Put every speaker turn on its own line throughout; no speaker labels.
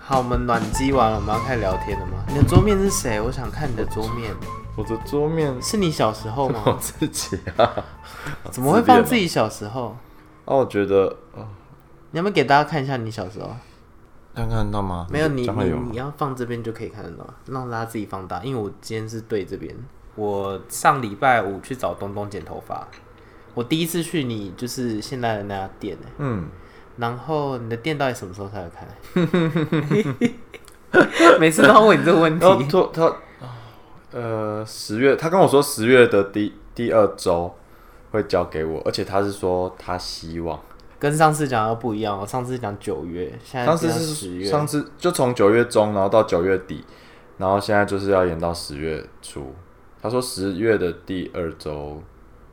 好，我们暖机完了，我们要开始聊天了吗？你的桌面是谁？我想看你的桌面，
我的桌面是
是你小时候
我
吗？
自己啊，
怎么会放自
己？
己小时候？
哦，我觉得，哦
你要不要给大家看一下你小时候？
看看得到吗？
没有你
这样会
你
有吗
你要放这边就可以看得到，让大家自己放大，因为我今天是对这边。我上礼拜五去找东东剪头发，我第一次去你就是现在的那家店欸
嗯，
然后你的店到底什么时候才会开？ 每次都要问你这个问
然后
题。
他他呃十月，他跟我说十月的第第二周会交给我，而且他是说他希望，
跟上次讲的不一样，我上次讲九月，现在
上次
变成十
是
月，
上次就从九月中，然后到九月底，然后现在就是要延到十月初。他说十月的第二周，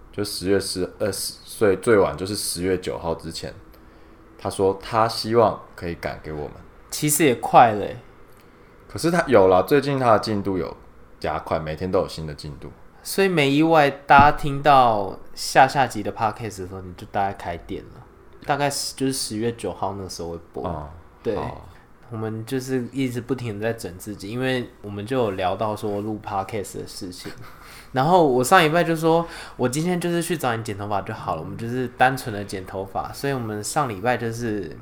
就十月十呃十，所以最晚就是十月九号之前。他说他希望可以赶给我们，
其实也快了欸。
可是他有啦，最近他的进度有加快，每天都有新的进度。
所以没意外，大家听到下下集的 podcast 的时候，你就大概开店了，大概是就是十月九号那时候会播。
嗯，
哦对，
好
我们就是一直不停的在整自己，因为我们就有聊到说录 podcast 的事情。然后我上礼拜就说，我今天就是去找你剪头发就好了，我们就是单纯的剪头发。所以我们上礼拜就是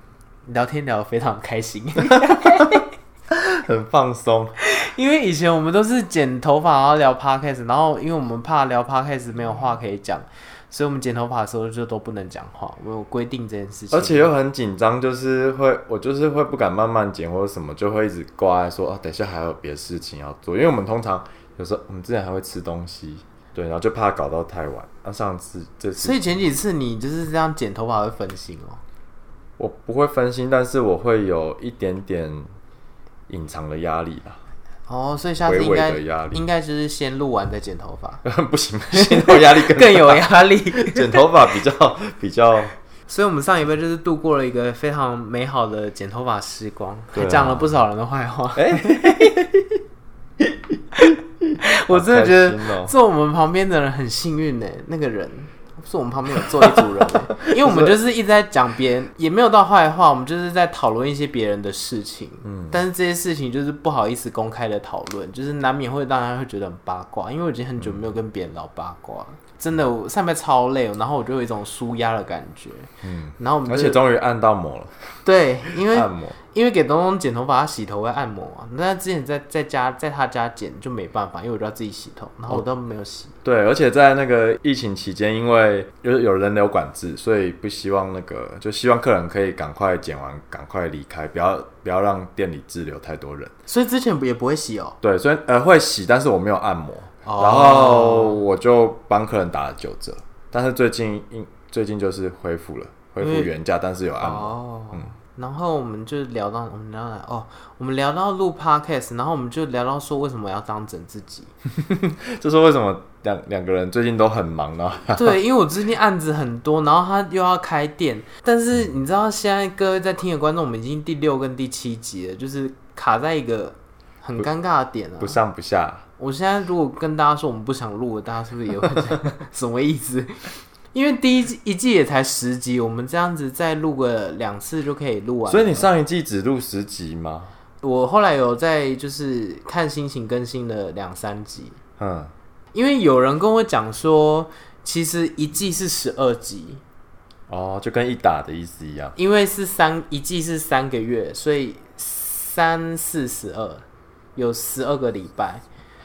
聊天聊得非常开心，
很放松。
因为以前我们都是剪头发然后聊 podcast，然后因为我们怕聊 podcast 没有话可以讲，所以我们剪头发的时候就都不能讲话，我有规定这件事情。
而且又很紧张，就是会我就是会不敢慢慢剪或者什么，就会一直挂在说啊，等一下还有别的事情要做，因为我们通常有时候我们之前还会吃东西，对，然后就怕搞到太晚。那、上次这次
所以前几次你就是这样剪头发会分心哦。
我不会分心，但是我会有一点点隐藏的压力啦，
哦，所以下次
微
应
微
该
的压力
应该就是先录完再剪头 发，
不行，不行，我压力更
更有
大
压力。
剪头发比较比较
所以我们上一辈就是度过了一个非常美好的剪头发时光，
对
还
啊
讲了不少人的坏话。
哎
我真的觉
好开心
得
哦
坐我们旁边的人很幸运呢、欸那个人。是我们旁边有坐一组人 欸、因为我们就是一直在讲别人，也没有到坏话，我们就是在讨论一些别人的事情。嗯，但是这些事情就是不好意思公开的讨论，就是难免会让人会觉得很八卦。因为我已经很久没有跟别人聊八卦
嗯
了，真的，我上班超累，然后我就有一种舒压的感觉。嗯，然后我们
而
就
且嗯终于按到膜了，
对，因为
按摩。
因为给东东剪头发，他洗头会按摩啊。那之前在在家在他家剪就没办法，因为我就要自己洗头，然后我都没有洗。
对，而且在那个疫情期间，因为有有人流管制，所以不希望那个，就希望客人可以赶快剪完，赶快离开，不要不要让店里滞留太多人。
所以之前也不会洗哦。
对，所以呃会洗，但是我没有按摩，
哦
然后我就帮客人打了九折，但是最近因最近就是恢复了，恢复
因为
原价，但是有按摩。
嗯哦，
嗯
然后我们就聊到我们聊到哪哦，我们聊到录 podcast，然后我们就聊到说为什么要当整自 己。
这是为什么两两个人最近都很忙呢？
对，因为我最近案子很多，然后他又要开店，但是你知道现在各位在听的观众，我们已经第六跟第七集了，就是卡在一个很尴尬的点了、啊
不上不下，
我现在如果跟大家说我们不想录了，大家是不是也会这样什么意 思？因为第一季一季也才十集，我们这样子再录个两次就可以录完。
所以你上一季只录十集吗？
我后来有在就是看心情更新了两三集，
嗯，
因为有人跟我讲说，其实一季是十二集，
哦，就跟一打的意思一样。
因为是三一季是三个月，所以三四十二有十二个礼拜。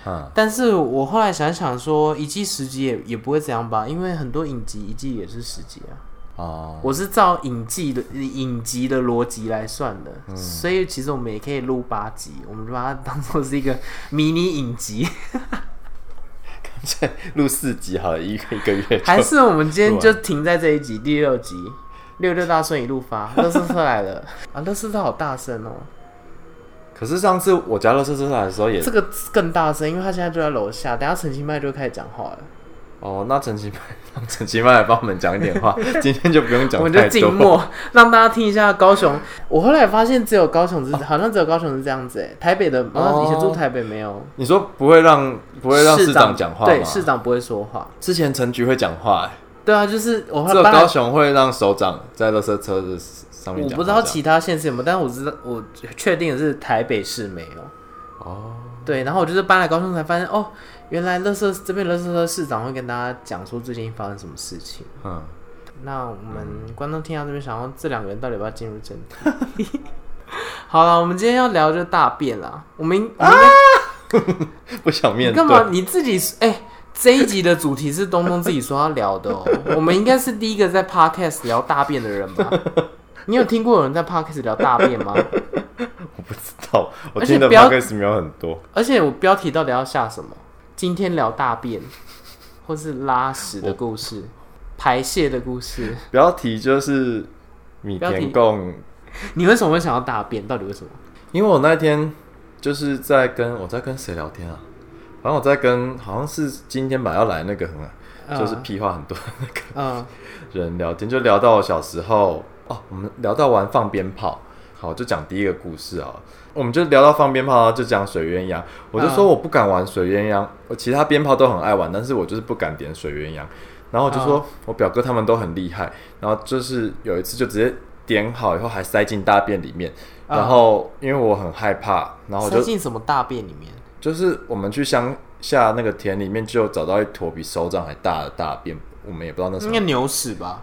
嗯，
但是我后来想想说，一季十集也也不会这样吧，因为很多影集一季也是十集啊。
哦，
我是照影季的影集的逻辑来算的，所以其实我们也可以录八集，我们就把它当做是一个迷你影集。
再 录四集好了，一个一个月就啊
还是我们今天就停在这一集第六集，六六大顺一路 发，乐斯特来了啊！乐斯特好大声哦，
可是上次我家乐色车来的时候也
这个更大声，因为他现在就在楼下，等一下陈清麦就会开始讲话了，
哦，那陈其迈 让陈其迈来帮我们讲一 点话，今天就不用讲
我们就
太
静
多。
默，让大家听一下高雄。我后来发现只有高雄是，好像只有高雄是这样子哎，台北的，
哦
我以前住台北没有。
你说不会让不会让市长讲话吗？
对，市长不会说话。
之前陈菊会讲话、欸
对啊，就是我
欸，只有
搬来
高雄会让首长在乐色车的上面
我
讲
不知
话
道
这样
其他县市有没有，但是我知道我确定的是台北市没有。
哦，
对，然后我就是搬来高中才发现，哦，原来乐色这边乐色车市长会跟大家讲说最近发生什么事情。
嗯，
那我们观众听到这边，想要这两个人到底要不要进入正题？ 好了，我们今天要聊就大便啦。我们我们
不想
你
啊面
干
对，
嘛？你自己哎、这一集的主题是东东自己说要聊的哦。我们应该是第一个在 podcast 聊大便的人吧？你有听过有人在 podcast 聊大便吗？
我不知道，我
而且
听的
不要
podcast 没有很多，
而且我标题到底要下什么？今天聊大便，或是拉屎的故事，排泄的故事。
标题就是米
标题
田共
你为什么会想要大便？到底为什么？
因为我那天就是在跟我在跟谁聊天啊？反正我在跟好像是今天吧要来那个很、啊
嗯
就是屁话很多那个
嗯
人聊天，就聊到我小时候哦，我们聊到玩放鞭炮。好，就讲第一个故事啊，我们就聊到放鞭炮，然后就讲水鸳鸯。我就说
嗯
我不敢玩水鸳鸯，我其他鞭炮都很爱玩，但是我就是不敢点水鸳鸯。然后我就
嗯
说我表哥他们都很厉害，然后就是有一次就直接点好以后还塞进大便里面，
嗯
然后因为我很害怕，然后我
塞
就
进什么大便里面？
就是我们去乡下那个田里面就找到一坨比手掌还大的大便，我们也不知道那什
应
么
该牛屎吧？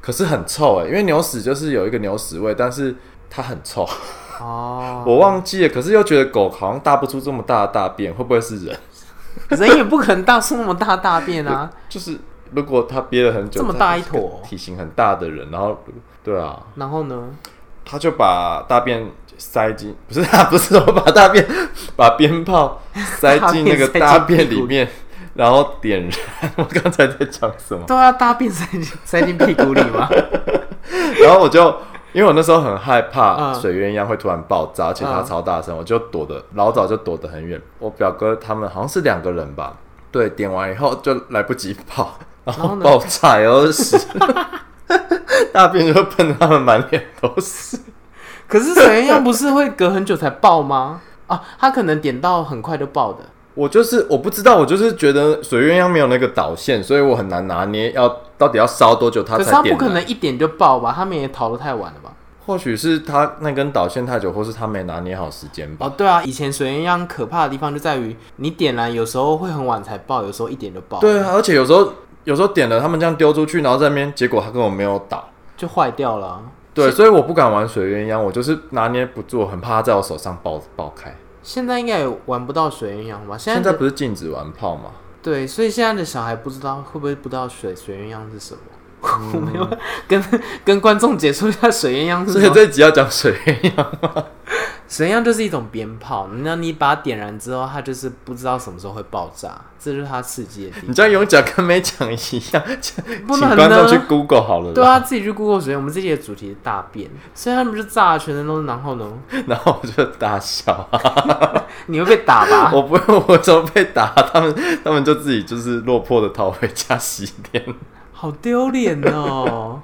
可是很臭哎、因为牛屎就是有一个牛屎味，但是它很 臭，
哦，
我忘记了。可是又觉得狗好像大不出这么大的大便，会不会是人？
人也不可能大出那么大大便 啊！
就是如果它憋了很久，
这么大
它
一坨
体型很大的人，然后对啊，
然后呢？
他就把大便塞进，不是他不是我把大便把鞭炮塞进那个
大
大
便塞进
便
屁股
里面，然后点燃。 我刚才在讲什么？
都要大便塞进塞进屁股里 吗？
然后我就因为我那时候很害怕
嗯
水鸳鸯会突然爆炸，而且它
嗯
超大声，我就躲得老早就躲得很远。我表哥他们好像是两个人吧，对，点完以后就来不及 跑，然
然
后
后呢
爆炸，然后屎， 大便就喷得他们满脸都是。
可是水鸳鸯不是会隔很久才爆吗？啊，它可能点到很快就爆的。
我就是我不知道，我就是觉得水鸳鸯没有那个导线，所以我很难拿捏要到底要烧多久它
可是
才
它不
点
可
燃。
能一点就爆吧？他们也逃得太晚了吧？
或许是它那根导线太久，或是它没拿捏好时间吧。
哦，对啊，以前水鸳鸯可怕的地方就在于，你点燃有时候会很晚才爆，有时候一点就爆，，
对啊，而且有时候有时候点了，他们这样丢出去，然后在那边，结果它根本没有倒。
就坏掉了啊。
对，所以我不敢玩水鸳鸯，我就是拿捏不住，很怕它在我手上爆爆开。
现在应该也玩不到水鸳鸯吧？现在
现在
的
不是禁止玩炮吗？
对，所以现在的小孩不知道会不会不知道水水鸳鸯是什么。
嗯
我们要跟跟观众解说一下水鸳�鸯是
所
什
以
么。
这一集要讲水鸳鸯，
水鸳鸯就是一种鞭炮，那你把它点燃之后，它就是不知道什么时候会爆炸，这就是它刺激的地
你
方。
这样有讲跟没讲一样，请
不
请
能
观众
呢
去 Google 好了。
对，啊，自己去 Google 水鸳鸯，我们这集的主题是大便，所以他们就炸得全身都是。然后呢，
然后我就大笑啊。
你会被打吧？
我不用，我怎么被打？他们他们就自己就是落魄的逃回家洗脸。
好丢脸哦！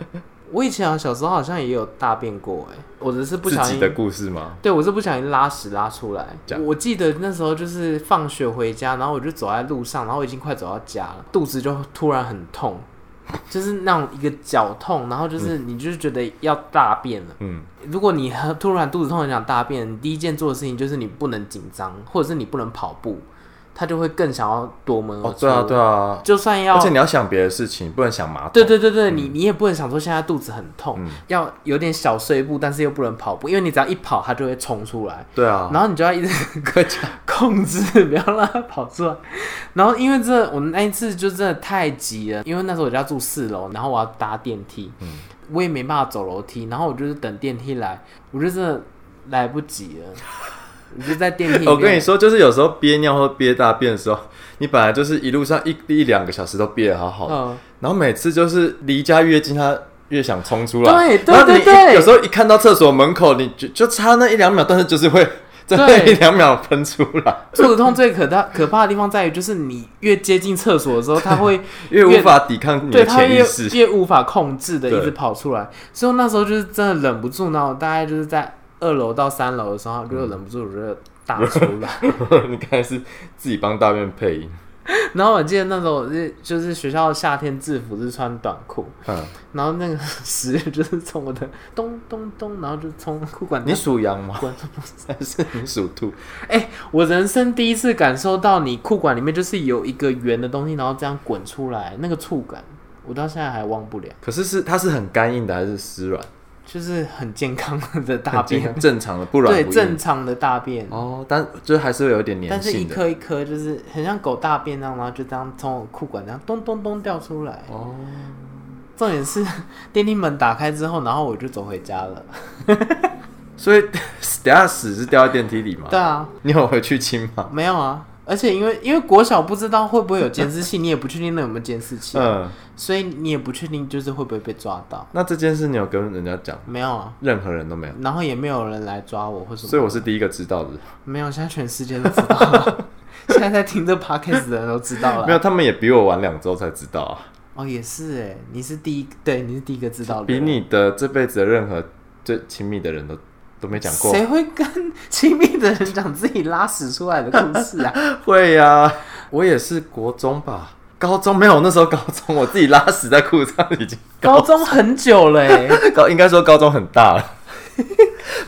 我以前啊小时候好像也有大便过、哎，我只是不
自
小
己
心
的故事吗？
对，我是不小心拉屎拉出来
这。样
我记得那时候就是放学回家，然后我就走在路上，然后我已经快走到家了，肚子就突然很痛，就是那种一个绞痛，然后就是你就是觉得要大便了。
嗯，
如果你很突然肚子痛很想大便，你第一件做的事情就是你不能紧张，或者是你不能跑步，他就会更想要夺门而
哦，
出。
对啊，对啊，
就算要
而且你要想别的事情，不能想马桶。
对对对对，你你也不能想说现在肚子很痛，
嗯
要有点小碎步，但是又不能跑步，因为你只要一跑，它就会冲出来，
对啊，
然后你就要一直控制，不要让它跑出来。然后因为这我那一次就真的太急了，因为那时候我家住四楼，然后我要搭电梯，
嗯
我也没办法走楼梯，然后我就是等电梯来，我就真的来不及了，我就在电梯里面。
我跟你说，就是有时候憋尿或憋大便的时候，你本来就是一路上一一两个小时都憋得好好的，
嗯，
然后每次就是离家越近，它越想冲出来。
对对
然后你一
对对
有时候一看到厕所门口，你就就差那一两秒，但是就是会在那
对
一两秒喷出来，
肚子痛最可大可怕的地方在于，就是你越接近厕所的时候，它会。
因为
越
无法抵抗你
对
的
他
潜
越
意识。
越无法控制的
对
一直跑出来，所以我那时候就是真的忍不住，然后我大概就是在二楼到三
嗯
楼的时候，就忍不住我就大出来，
你刚才是自己帮大便配音，
然后我记得那时候我是就是学校夏天制服是穿短裤，
嗯，
然后那个 十月就是从我的咚咚咚，然后就从裤管
你属羊吗？
滚
还是你属兔？
哎、我人生第一次感受到你裤管里面就是有一个圆的东西，然后这样滚出来，那个触感，我到现在还忘不了，
可是是它是很干硬的还是湿软？
就是很健康的大
很健
便
康，正常的不软
对，
不硬
正常的大便，
哦，但就还是会有一点
但
粘
是一
性的
颗一颗就是很像狗大便那样，然后就这样从我裤管这样咚咚咚掉出来。
哦。
重点是 电梯门打开之后，然后我就走回家了。
所以 等一下屎是掉在电梯里吗？
对啊，
你有回去清吗？
没有啊，而且因为因为国小不知道会不会有监视器，你也不确定那有没有监视器，
嗯，
所以你也不确定就是会不会被抓到。
那这件事你有跟人家讲？
没有啊，
任何人都没有，
然后也没有人来抓我或什么，
所以我是第一个知道的。
没有，现在全世界都知道 了，现在在听这 podcast 的人都知道
没
了。
有，他们也比我晚两周才知道啊，
哦，也是哎，你是第一，对，你是第一个知道的
比
人，
你的这辈子的任何最亲密的人都都没讲过。
谁会跟亲密的人讲自己拉屎出来的故事啊？
会呀、我也是国中吧，高中没有，那时候高中我自己拉屎在裤子上已经
高中很久了哎，
高，应该说高中很大 了。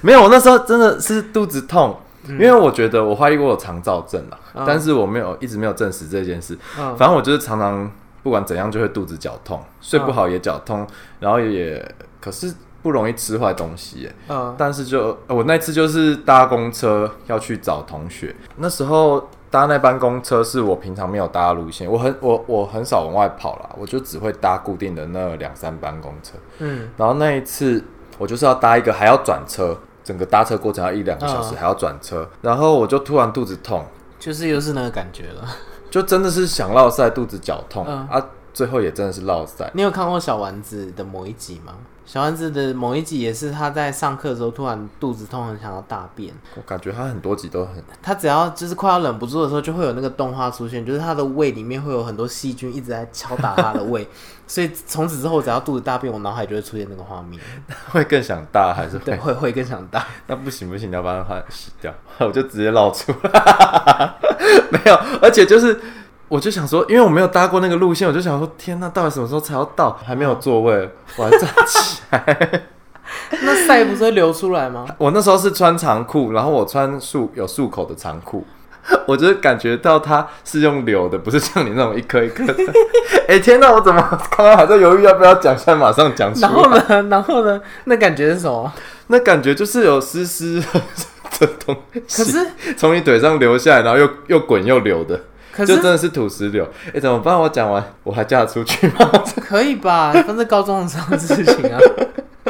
没有，我那时候真的是肚子痛，因为我觉得我怀疑我有肠燥症啦，
嗯
但是我没有一直没有证实这件事。
嗯
反正我就是常常不管怎样就会肚子绞痛，睡不好也绞痛，
嗯
然后也可是不容易吃坏东西耶。
嗯
但是就呃我那次就是搭公车要去找同学，那时候搭那班公车是我平常没有搭的路线，我很我我很少往外跑啦，我就只会搭固定的那两三班公车。
嗯
然后那一次我就是要搭一个还要转车，整个搭车过程要一两个小时，
嗯
还要转车，然后我就突然肚子痛，
就是又是那个感觉了。
就真的是想落塞，肚子绞痛、
嗯
啊，最后也真的是落塞。
你有看过小丸子的某一集吗？小丸子的某一集也是他在上课的时候突然肚子痛，很想要大便。
我感觉他很多集都很
他只要就是快要忍不住的时候，就会有那个动画出现，就是他的胃里面会有很多细菌一直在敲打他的 胃，所以从此之后只要肚子大便，我脑海就会出现那个画面，
会更想大，还是
对，
会
会会更想 大。
那不行不行，你要把它洗掉， 我就直接绕出来， 没有，而且就是。我就想说，因为我没有搭过那个路线，我就想说，天呐，到底什么时候才要到？还没有
嗯
座位，我还站起来。
那塞不是会流出来吗？
我那时候是穿长裤，然后我穿束有束口的长裤， 我就是感觉到它是用流的，不是像你那种一颗一颗的。 哎、天哪，我怎么刚刚还在犹豫要不要讲，现在马上讲出
然后
来？
呢？然后呢？那感觉是什么？
那感觉就是有湿湿的 东
可
西
是
从你腿上流下来，然后又又滚又流的。
可
就真
是
的是土石流，哎、怎么办？我讲完我还嫁得出去吗？
可以吧？反正高中的时候的事情 啊。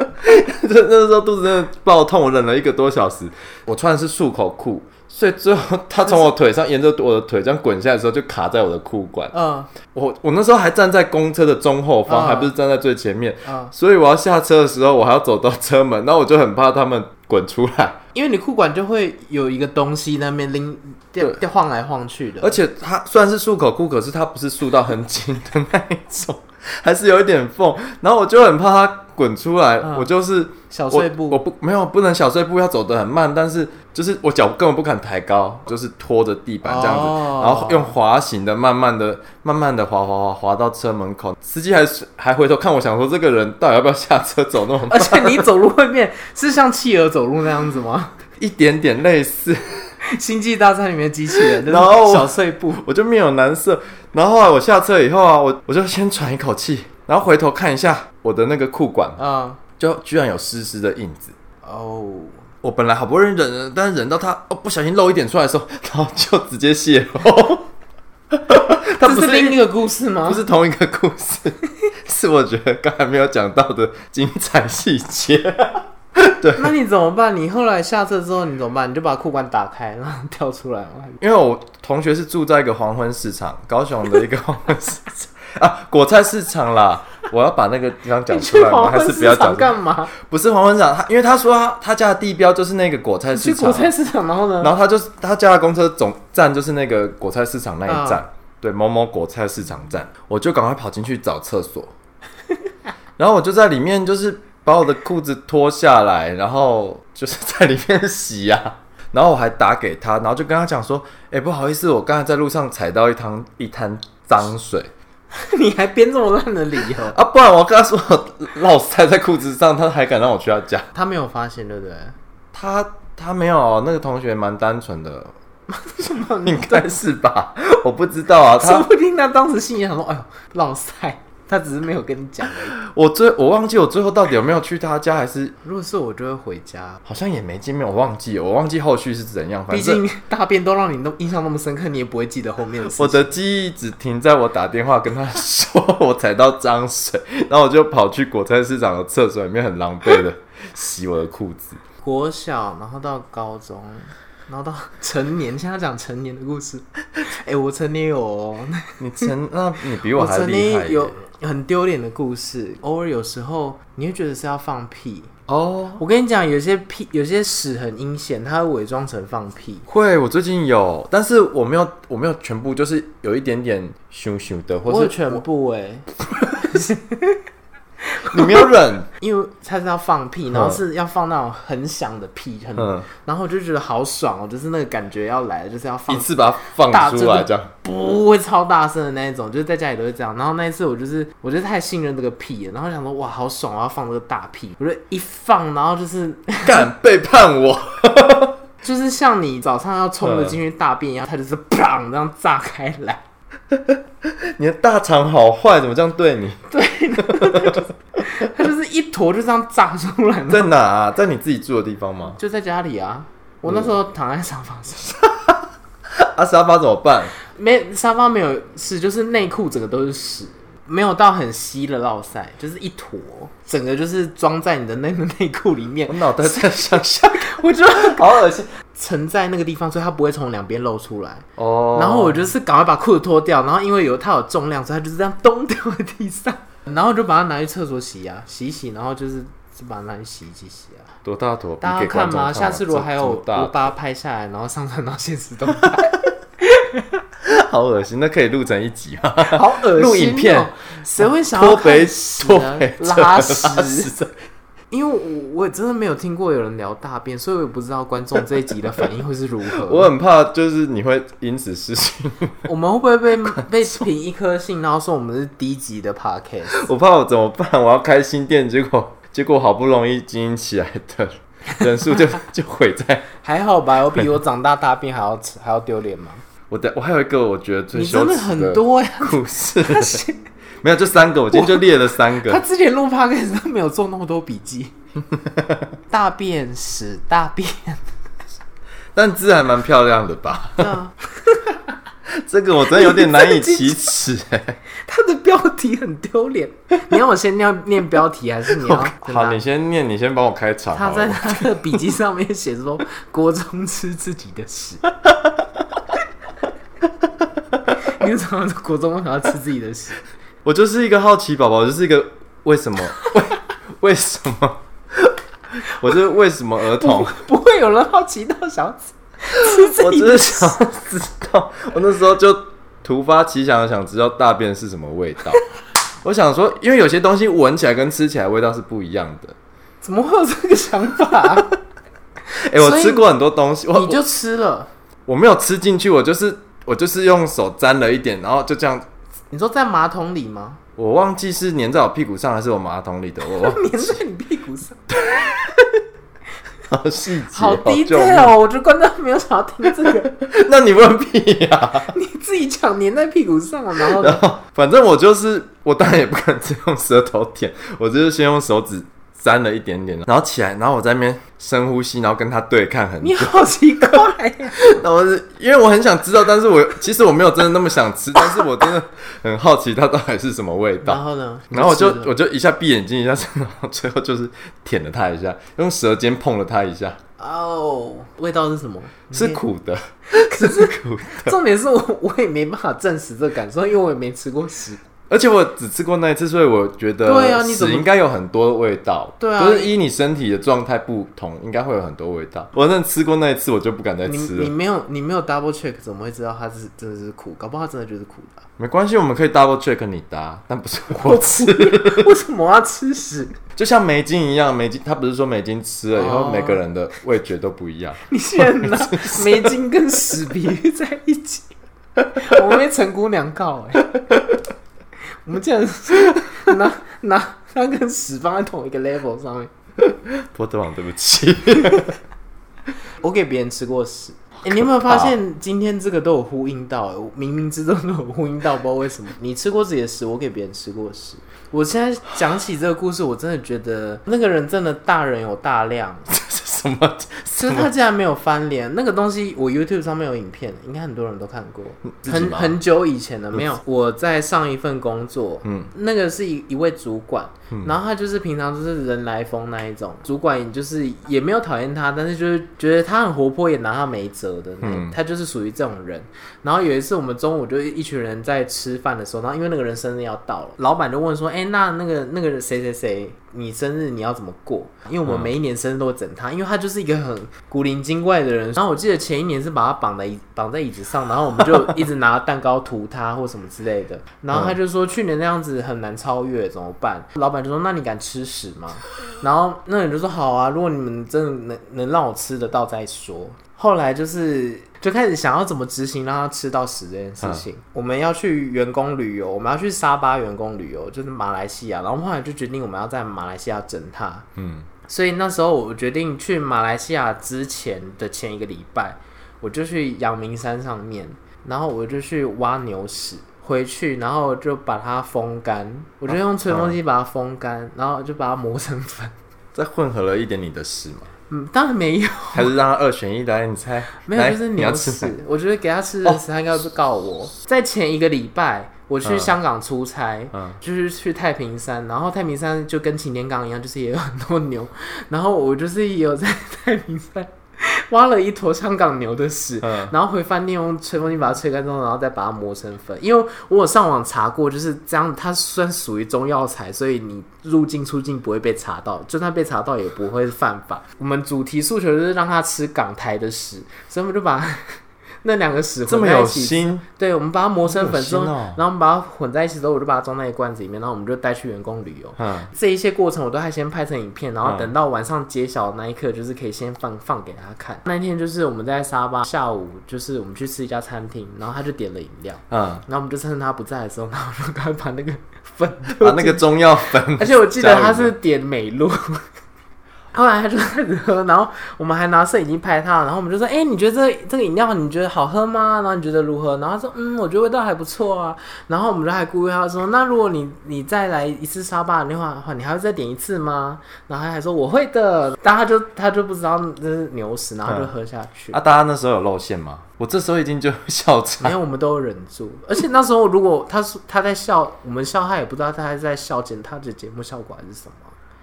这那时候肚子真的爆痛，我忍了一个多小时。我穿的是束口裤，所以最后它从我腿上沿着我的腿这样滚下来的时候，就卡在我的裤管。
嗯
我我那时候还站在公车的中后方，
啊
还不是站在最前面，
嗯，
所以我要下车的时候，我还要走到车门，那我就很怕他们滚出来。
因为你裤管就会有一个东西在那边拎掉
对
掉晃来晃去的，
而且它虽然是束口裤，可是它不是束到很紧的那一种，还是有一点缝。然后我就很怕它滚出来，
嗯
我就是。
小碎
我我
步。
不没有不能小碎步，要走得很慢，但是就是我脚根本不敢抬高，就是拖着地板这样子，
哦
然后用滑行的慢慢的、慢慢的滑滑滑滑到车门口，司机还是还回头看我，想说这个人到底要不要下车走那么 慢，
而且你走路会变是像企鹅走路那样子 吗？
一点点类似，
星际大战里面的机器人，就是
然后我
小碎步，
我就面有难色。然后后来我下车以后啊，我我就先喘一口气，然后回头看一下我的那个裤管，
嗯，
就居然有湿湿的印子。
哦，
我本来好不容易忍忍，但是忍到它哦不小心漏一点出来的时候，然后就直接泄露。 它
这
不
是
是
另一个故事吗？
不是同一个故事， 是我觉得刚才没有讲到的精彩细节。
那你怎么办？你后来下车之后你怎么办？你就把裤管打开，然后跳出来吗？
因为我同学是住在一个黄昏市场，高雄的一个黄昏市场啊，果菜市场啦。我要把那个地方讲
你
出
去
来吗？
黄
还
昏
是不
市
要讲
场
出来？
干嘛？
不是黄昏市场，他因为他说他他家的地标就是那个果菜
去
市场
国
啊，
菜市场，然后呢？
然后他就是他家的公车总站就是那个果菜市场那一站，对，某某果菜市场站，我就赶快跑进去找厕所， 然后我就在里面就是把我的裤子脱下来，然后就是在里面洗呀、啊 然后我还打给他，然后就跟他讲说，哎、不好意思，我刚才在路上踩到一滩一滩脏水
你还编这么烂的理由？
啊，不然我跟他说 我老塞在裤子上，他还敢让我去他家？
他没有发现，对不 对？
他他没有，那个同学蛮单纯的，
嗯
应该是吧？ 我不知 道啊，
说
他
不定他当时心里想说：“哎呦，老塞，他只是没有跟你讲而已。
我最我忘记我最后到底有没有去他家，还是”
如果是我，就会回家。
好像也没见面，我忘记了我忘记后续是怎样，反
毕
正。
竟大便都让你那么印象那么深刻，你也不会记得后面的事
我
情。
的记忆只停在我打电话跟他说我踩到脏水，然后我就跑去果菜市场的厕所里面很狼狈的洗我的裤子。
国小，然后到高中，然后到成年，现在讲成年的故 事。哎、我成年有、哦，
你成那你比
我
我还
曾
厉害
经
耶
有很丢脸的故事，偶尔有时候你会觉得是要放屁。
哦，
我跟你讲，有些屁，有些屎很阴险，它会伪装成放屁。
会我最近有，但是我没有我没有全部，就是有一点点羞羞的，
我
或
有
是
全部哎、
你没有忍，
因为它是要放屁，然后
嗯
是要放那种很响的屁，很，
嗯，
然后我就觉得好爽哦，就是那个感觉要来了，就是要
一
放
次把它放
大
出来这样。
不会超大声的那一种，就是在家里都会这样。然后那一次我就是，我就太信任这个屁了，然后想说哇好爽，我要放这个大屁，我就一放，然后就是
敢背叛我！
就是像你早上要冲着进去大便一样，它就是砰这样炸开来。
你的大肠好坏，怎么这样 对你？
它就是一坨就这样炸出来，
在哪、啊？在你自己住的地方吗？
就在家里啊。
嗯
我那时候躺在沙发上，
啊，沙发怎么办？
没沙发没有屎，就是内裤整个都是屎，没有到很稀的落塞，就是一坨，整个就是装在你的那个内裤里面
我。脑袋在想象，
我就
好恶心
沉在那个地方，所以它不会从两边露出来。
哦。
然后我就是赶快把裤子脱掉，然后因为有它有重量，所以它就是这样咚掉在地上， 然后就把它拿去厕所洗啊，洗一洗，然后就是就把它拿去洗衣机洗啊。
多大坨？
大家
你
要
给观
看
众
嘛，
看
下次如果还有，
这么
我把它拍下来，然后上传到现实动态，
大， 好恶心，那可以录成一集吗？
好恶心、哦
录影片，
谁会想 要
脱北
看屎
脱
啊
北？
拉屎？
屎，
因为我我真的没有听过有人聊大便，所以我也不知道观众这一集的反应会是如何。
我很怕，就是你会因此失信，
我们会不会被 被评一颗星，然后说我们是低级的 podcast？
我怕我怎么办？我要开新店，结果结果好不容易经营起来的 人数就就毁在。
还好吧，有 比我长大大便还要吃还要丢脸吗？
我的我还有一个我觉得最
你
羞
真的
耻
很多 呀！
故事，没有就三个，我今天就列了三
他
个。
之前录 podcast 都没有做那么多笔 记，大便屎大便，
但字还蛮漂亮的吧？
对啊
这个我真的有点难以 启齿、哎。
他的标题很丢脸。你要我先念念标题，还是 你要？
好，你先念，你先帮我开场好
他在
了。
他啊的笔记上面写 说，国中吃自己的屎。你怎么国中为什么要吃自己的屎？
我就是一个好奇宝宝，我就是一个为什么 为为什么，我就是为什么儿童，
不会有人好奇到想要吃吃自
我
己
只
的屎
是想。要知道， 我那时候就突发奇想地想知道大便是什么味道。 我想说，因为有些东西闻起来跟吃起来味道是不一样的。
怎么会有这个想法、
哎、我
所以
吃过很多东西， 我
你就吃了。
我没有吃进去，我就是我就是用手沾了一点，然后就这样，
你说在马桶里 吗？
我忘记是粘在我屁股上还是我马桶里的，我忘
粘 在你屁股上，
好细节哦，
好
救
detail
命！
哦！我觉得观众没有想要听这个，
那你问屁呀、
你自己讲粘在屁股上，啊然后
然后反正我就是，我当然也不可能只用舌头舔，我就是先用手指沾了一点点，然后起来，然后我在那边深呼吸，然后跟他对看很久
你。好奇怪啊呀、
然后是因为我很想知道，但是我其实我没有真的那么想吃，但是我真的很好奇它到底是什么味
然
道。
后呢？
然后我就
吃了
我就一下闭眼睛一下，然后最后就是舔了它一下，用舌尖碰了它一下，
哦，味道是什么？
是
你
苦的，是苦的。
重点是我我也没办法证实这个感受，因为我也没吃过屎。
而且我只吃过那一次，所以我觉得
对啊你怎
屎
么
应该有很多味道，
对啊
就是依你身体的状态不同，应该会有很多味道。我真的吃过那一次，我就不敢再
你
吃
你
了。
没有你没有 double check，怎么会知道它是真的是苦？搞不好它真的就是苦的啊、
没关系，我们可以 double check 你答、但不是 我吃。
为什么要吃 屎？
就像梅精一样，梅精它不是说梅精吃了以后，
哦
每个人的味觉都不一样。
你竟然拿梅精跟屎比喻在一 起，我们被陈姑娘告哎、我们竟然是拿拿它跟屎放在同一个 level 上面。
波特王，对不起，
我给别人吃过屎。欸、你有没有发现今天这个都有呼应到、欸？我冥冥之中都有呼应到，不知道为什么。你吃过自己的屎，我给别人吃过屎。我现在讲起这个故事，我真的觉得那个人真的大人有大量，
这是什么？
就是他竟然没有翻脸。那个东西我 YouTube 上面有影片，应该很多人都看过，
嗯自己
很
吗
很久以前了。没有，我在上一份工作，
嗯，
那个是一一位主管，然后他就是平常就是人来疯那一种，主管就是也没有讨厌他，但是就是觉得他很活泼，也拿他没辙的那种，
嗯
他就是属于这种人。然后有一次我们中午就一群人在吃饭的时候，然后因为那个人生日要到了，老板就问说：“哎、那那个那个谁谁谁，你生日你要怎么过？”因为我们每一年生日都会整他，因为他就是一个很古灵精怪的人。然后我记得前一年是把他绑在椅绑在椅子上，然后我们就一直拿蛋糕涂他或什么之类的。然后他就说：“去年那样子很难超越，怎么办？”老板就说：“那你敢吃屎吗？”然后那人就说：“好啊，如果你们真的能能让我吃得到再说。”后来就是就开始想要怎么执行让他吃到屎这件事情。我们要去员工旅游，我们要去沙巴员工旅游，就是马来西亚。然后后来就决定我们要在马来西亚整他。
嗯，
所以那时候我决定去马来西亚之前的前一个礼拜，我就去阳明山上面，然后我就去挖牛屎。回去，然后就把它风干，我就用吹风机把它风干，然后就把它磨成粉。
再混合了一点你的屎嘛，
嗯，当然没有，
还是让它二选一来，你猜？
没有，
来
就是
你
牛
要吃哦
屎
哪个。
我觉得给他吃的屎，他应该会告我。在前一个礼拜，我去
嗯
香港出差，
嗯
就是去太平山，然后太平山就跟擎天岗一样，就是也有很多牛，然后我就是也有在太平山挖了一坨香港牛的屎，
嗯
然后回饭店用吹风机把它吹干之后，然后再把它磨成粉。因为我有上网查过，就是这样，它算属于中药材，所以你入境出境不会被查到，就算被查到也不会犯法。我们主题诉求就是让它吃港台的屎，所以我们就把 那两个屎
这
混
么
在
有
一起。
心，
对，我们把它磨成粉之后，
这么有心哦
然后我们把它混在一起之后，我就把它装在一个罐子里面，然后我们就带去员工旅游。
嗯，
这一些过程我都还先拍成影片，然后
嗯
等到晚上揭晓的那一刻，就是可以先放放给他看。那一天就是我们在沙巴下午，就是我们去吃一家餐厅，然后他就点了饮料，
嗯，
然后我们就趁他不在的时候，然后我就赶快把那个粉
把那个中药粉
，而且我记得他是点美露。 后来他就开始喝，然后我们还拿摄影机拍他，然后我们就说：“哎、你觉得这这个饮料你觉得好喝吗？然后你觉得如何？”然后他说：“嗯，我觉得味道还不错啊。”然后我们就还鼓励他说：“那如果你你再来一次沙巴的话，的话你还会再点一次吗？”然后他还说：“我会的。”但他就他就不知道这是牛屎，然后就喝下去。
啊，大家那时候有露馅吗？我这时候已经就笑
没
场，
有，我们都忍住。而且那时候如果他说他在笑，我们笑，他也不知道他在笑节他的节目效果还是什么。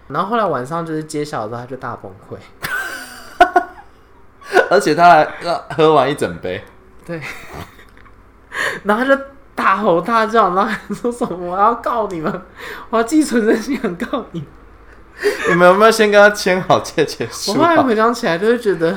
然后后来晚上就是揭晓的时候，他就大崩溃。
而且他还呃喝完一整杯，
对， 然后他就大吼大叫，然后还说什么我要告你们，我要寄存真信函告你们。
你们有没有先跟他签好借钱
我
书
后来
啊？
回想起来，就会觉得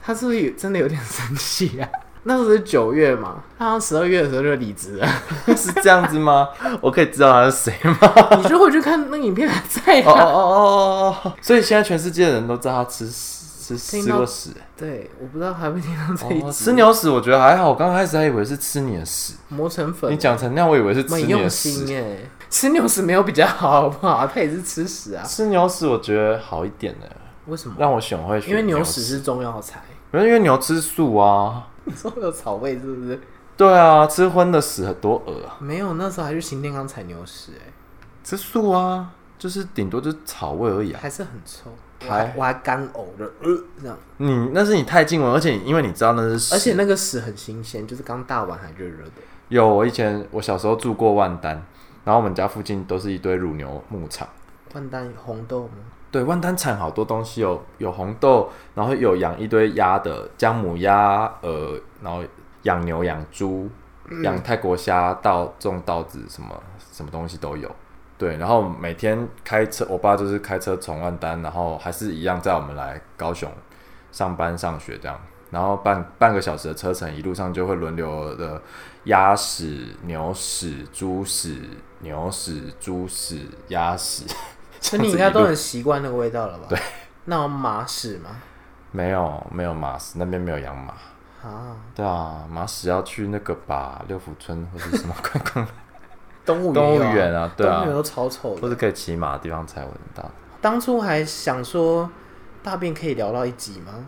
他是不是有真的有点 生气啊？那时候是九月嘛，他好像十二月的时候就离职了。
是这样子吗？我可以知道他是谁吗？
你就回去看那影片还在
哦哦
啊。
哦哦哦哦！所以现在全世界的人都知道他吃吃吃吃过屎。
对，我不知道还没听到这一
哦，
集。
吃牛屎我觉得还好，我刚开始还以为是吃你的屎，
磨成粉，
你讲成那样我以为是吃
蛮
你
用
的
心
屎。
哎、吃牛屎没有比较好，好不好？ 他也是吃屎啊，
吃牛屎我觉得好一点呢，欸
为什么？
让我选会选
因为牛
屎
屎是中药 材，
没有，因为牛吃素啊。
你说有草味是不是？
对啊，吃荤的屎很多恶啊，
没有，那时候还去新店刚采牛屎哎、
吃素啊，就是顶多就是草味而已啊。
还是很臭，我
还
还我还干呕的，呃，这样，
你那是你太近闻，而且你因为你知道那是屎，
而且那个屎很新鲜，就是刚大碗还热热的。
有我以前我小时候住过万丹，然后我们家附近都是一堆乳牛牧场。
万丹红豆 吗？
对，万丹产好多东西哦，有红豆，然后有养一堆鸭的，姜母鸭，呃，
嗯
然后养牛、养猪、养泰国虾、稻、种稻子什么什么东西都有。对，然后每天开车，我爸就是开车从万丹，然后还是一样载我们来高雄上班上学这样，然后半半个小时的车程，一路上就会轮流的鸭屎、牛屎、猪屎、牛屎、猪屎、鸭屎， 这
那
样
你
子
应该
一
都
路
很习惯那个味道了吧？对。那有马屎吗？
没有没有马屎，那边没有养马。
啊，
对啊，马屎要去那个吧，六福村或 者什么观光
动物园、
动物园啊，对
动
啊
啊物园，都超臭
或
的。
者可以骑马的地方才闻到。
当初还想说大便可以聊到一集吗？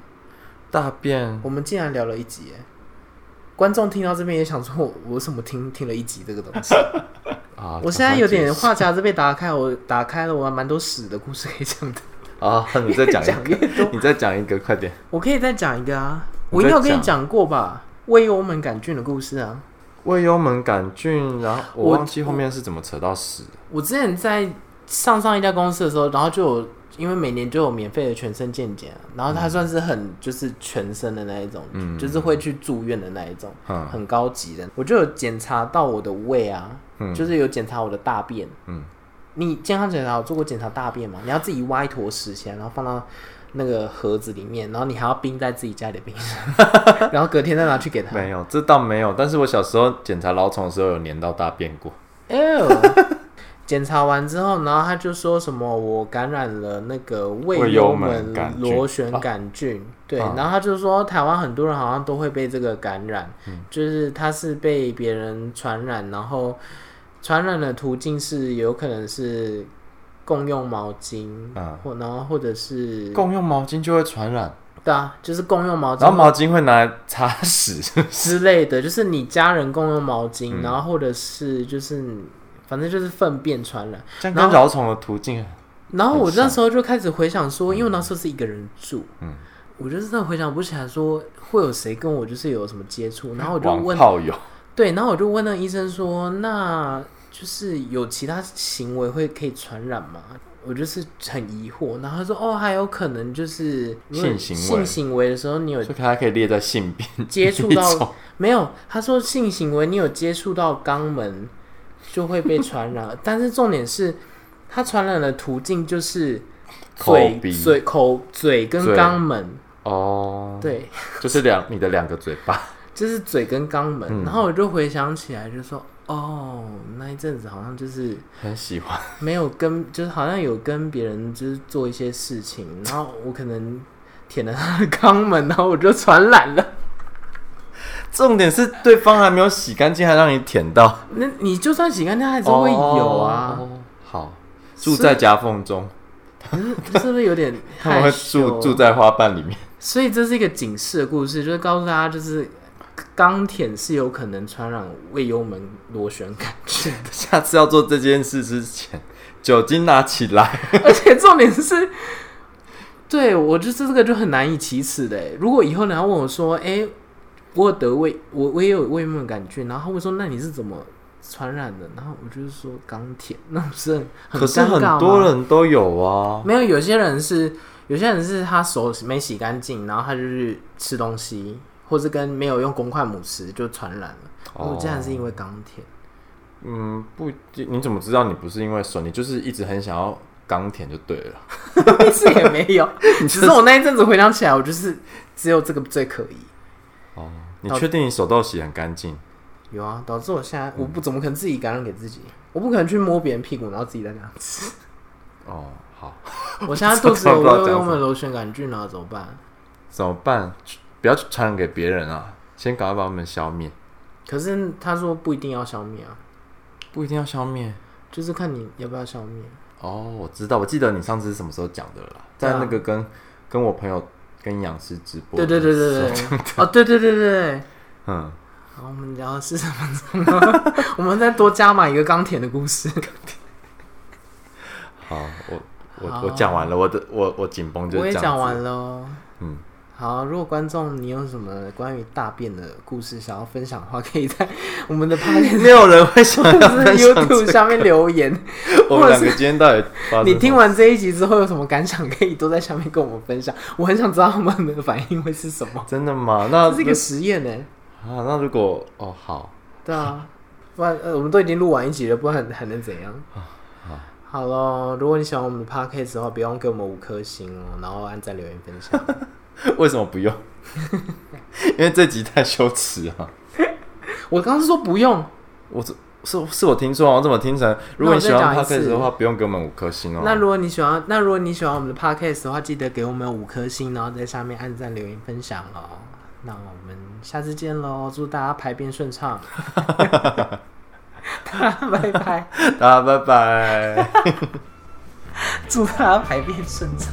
大便
我们竟然聊了一集耶，观众听到这边也想说我，我怎么听听了一集这个东西？
啊，
我现在有点话匣子被打开，我打开了，我还蛮多屎的故事可以讲的。
啊，你再 讲
讲
一
越
个，你再讲一个，快点。
我可以再讲一个啊，
你
我应该
再
有跟你
讲
讲过吧？胃幽门杆菌的故事啊。
胃幽门杆菌，然后
我
我忘记后面是怎么扯到屎的。
我之前在上上一家公司的时候，然后就有因为每年就有免费的全身健检啊、然后它算是很就是全身的那一种，
嗯
就是会去住院的那一种，
嗯
很高级的。我就有检查到我的胃啊，
嗯
就是有检查我的大便。
嗯，
你健康检查有做过检查大便吗？你要自己挖一坨屎起来，然后放到。那个盒子里面，然后你还要冰在自己家里的冰箱， 然后隔天再拿去给他。
没有，这倒没有。但是我小时候检查老虫的时候有粘到大便过。
哦， 检查完之后，然后他就说什么我感染了那个胃
胃幽
幽
门
门
杆菌
螺旋杆菌，对，
啊
然后他就说台湾很多人好像都会被这个感染，
嗯
就是他是被别人传染，然后传染的途径是有可能是共用毛巾，
嗯
或然后或者是
共用毛巾就会传染，
对啊，就是共用毛巾，
然后毛巾会拿来擦 屎，是不是
之类的，就是你家人共用毛巾，
嗯
然后或者是就是反正就是粪便传染。
这样
然
跟
后
老虫的途径
然后我
很像
那时候就开始回想说，因为我那时候是一个人住，嗯，我就是真的回想不起来说会有谁跟我就是有什么接触，然后我就
往
问，
炮友。
对，然后我就问那个医生说，那就是有其他行为会可以传染吗？我就是很疑惑，然后他说哦，还有可能就是因为
性行为
性行为的时候，你有
所以它可以列在性病
接触
一
到
种
没有？他说性行为你有接触到肛门就会被传染， 但是重点是它传染的途径就是
口
嘴
鼻
嘴口嘴跟
嘴
肛门，
哦，
对，
就是两你的两个嘴 巴，
就是嘴跟肛门。
嗯
然后我就回想起来，就说哦，那一阵子好像就是
很喜欢。
没有跟，就是好像有跟别人就是做一些事情，然后我可能舔了他的肛门，然后我就传染了。
重点是对方还没有洗干净，还让你舔到，
那你就算洗干净，它还是会有啊。
哦好，住在夹缝中，
可是是不是有点
他们
害
会
羞？
住住在花瓣里面。
所以这是一个警示的故事，就是告诉大家，就是钢舔是有可能传染胃幽门螺旋杆菌
下次要做这件事之前，酒精拿起来。
的，而且重点是，对我就是这个就很难以启齿的欸。如果以后人家问我说，哎、我有得胃，我我也有胃幽门杆菌，然后他会说，那你是怎么传染的？然后我就是说钢舔，那不是很
可是
尴
很
尬
多
吗
人都有啊，
没有，有些人是有些人是他手没洗干净，然后他就去吃东西，或是跟没有用公筷母匙就传染了。
哦
我竟然是因为钢铁，
嗯，不一定，你怎么知道你不是因为手？你就是一直很想要钢舔就对 了。
是也没有，只是我那一阵子回想起来，我就是只有这个最可疑。
哦，你确定你手都洗很干净？
有啊，导致我现在我不怎么可能自己感染给自己，我不可能去摸别人屁股，然后自己再这样吃。
哦，好，
我现在肚子
不知道
有胃
讲什么
幽门螺旋杆菌啊，怎么办？
怎么办？不要传染给别人啊，先赶快把我们消灭。
可是他说不一定要消灭啊，
不一定要消灭。
就是看你要不要消灭。
哦，我知道，我记得你上次是什么时候讲的了啦，
对
在
啊
那个跟跟我朋友跟杨师直播，
对对对对对，对，哦对对对对对。
嗯，
好，我们聊的是什么呢？ 我们再多加码一个钢铁的故事。
好，我
好
我我讲完了，我的我 我紧绷就
我
是
也
这
讲
样子
完了哦。
嗯，
好，如果观众你有什么关于大便的故事想要分享的话，可以在我们的 p o d
没有人 会想要
或者
分
是
享这
YouTube 下面留言。
我们两个今天到底发生
你听
什么
完这一集之后有什么感想，可以都在下面跟我们分享。我很想知道他们的反应会是什么。
真的吗？那
欸这是一个实验呢、
啊，那如果哦好，
对啊，不然、呃、我们都已经录完一集了，不然还能怎样？好喽，如果你喜欢我们的 podcast 的话，别忘给我们五颗星哦，然后按赞、留言、分享。
为什么不用？ 因为这集太羞耻啊！
我刚刚是说不用，
我这是是我听错啊，我怎么听成？如果你喜
那
欢
我再讲一
podcast
次
的话，不用给我们五颗星哦。
那如果你喜欢，那如果你喜欢我们的 podcast 的话，记得给我们五颗星，然后在下面按赞、留言、分享哦。那我们下次见喽，祝大家排便顺畅， 大家拜拜，
大家拜拜。
祝大家排便顺畅。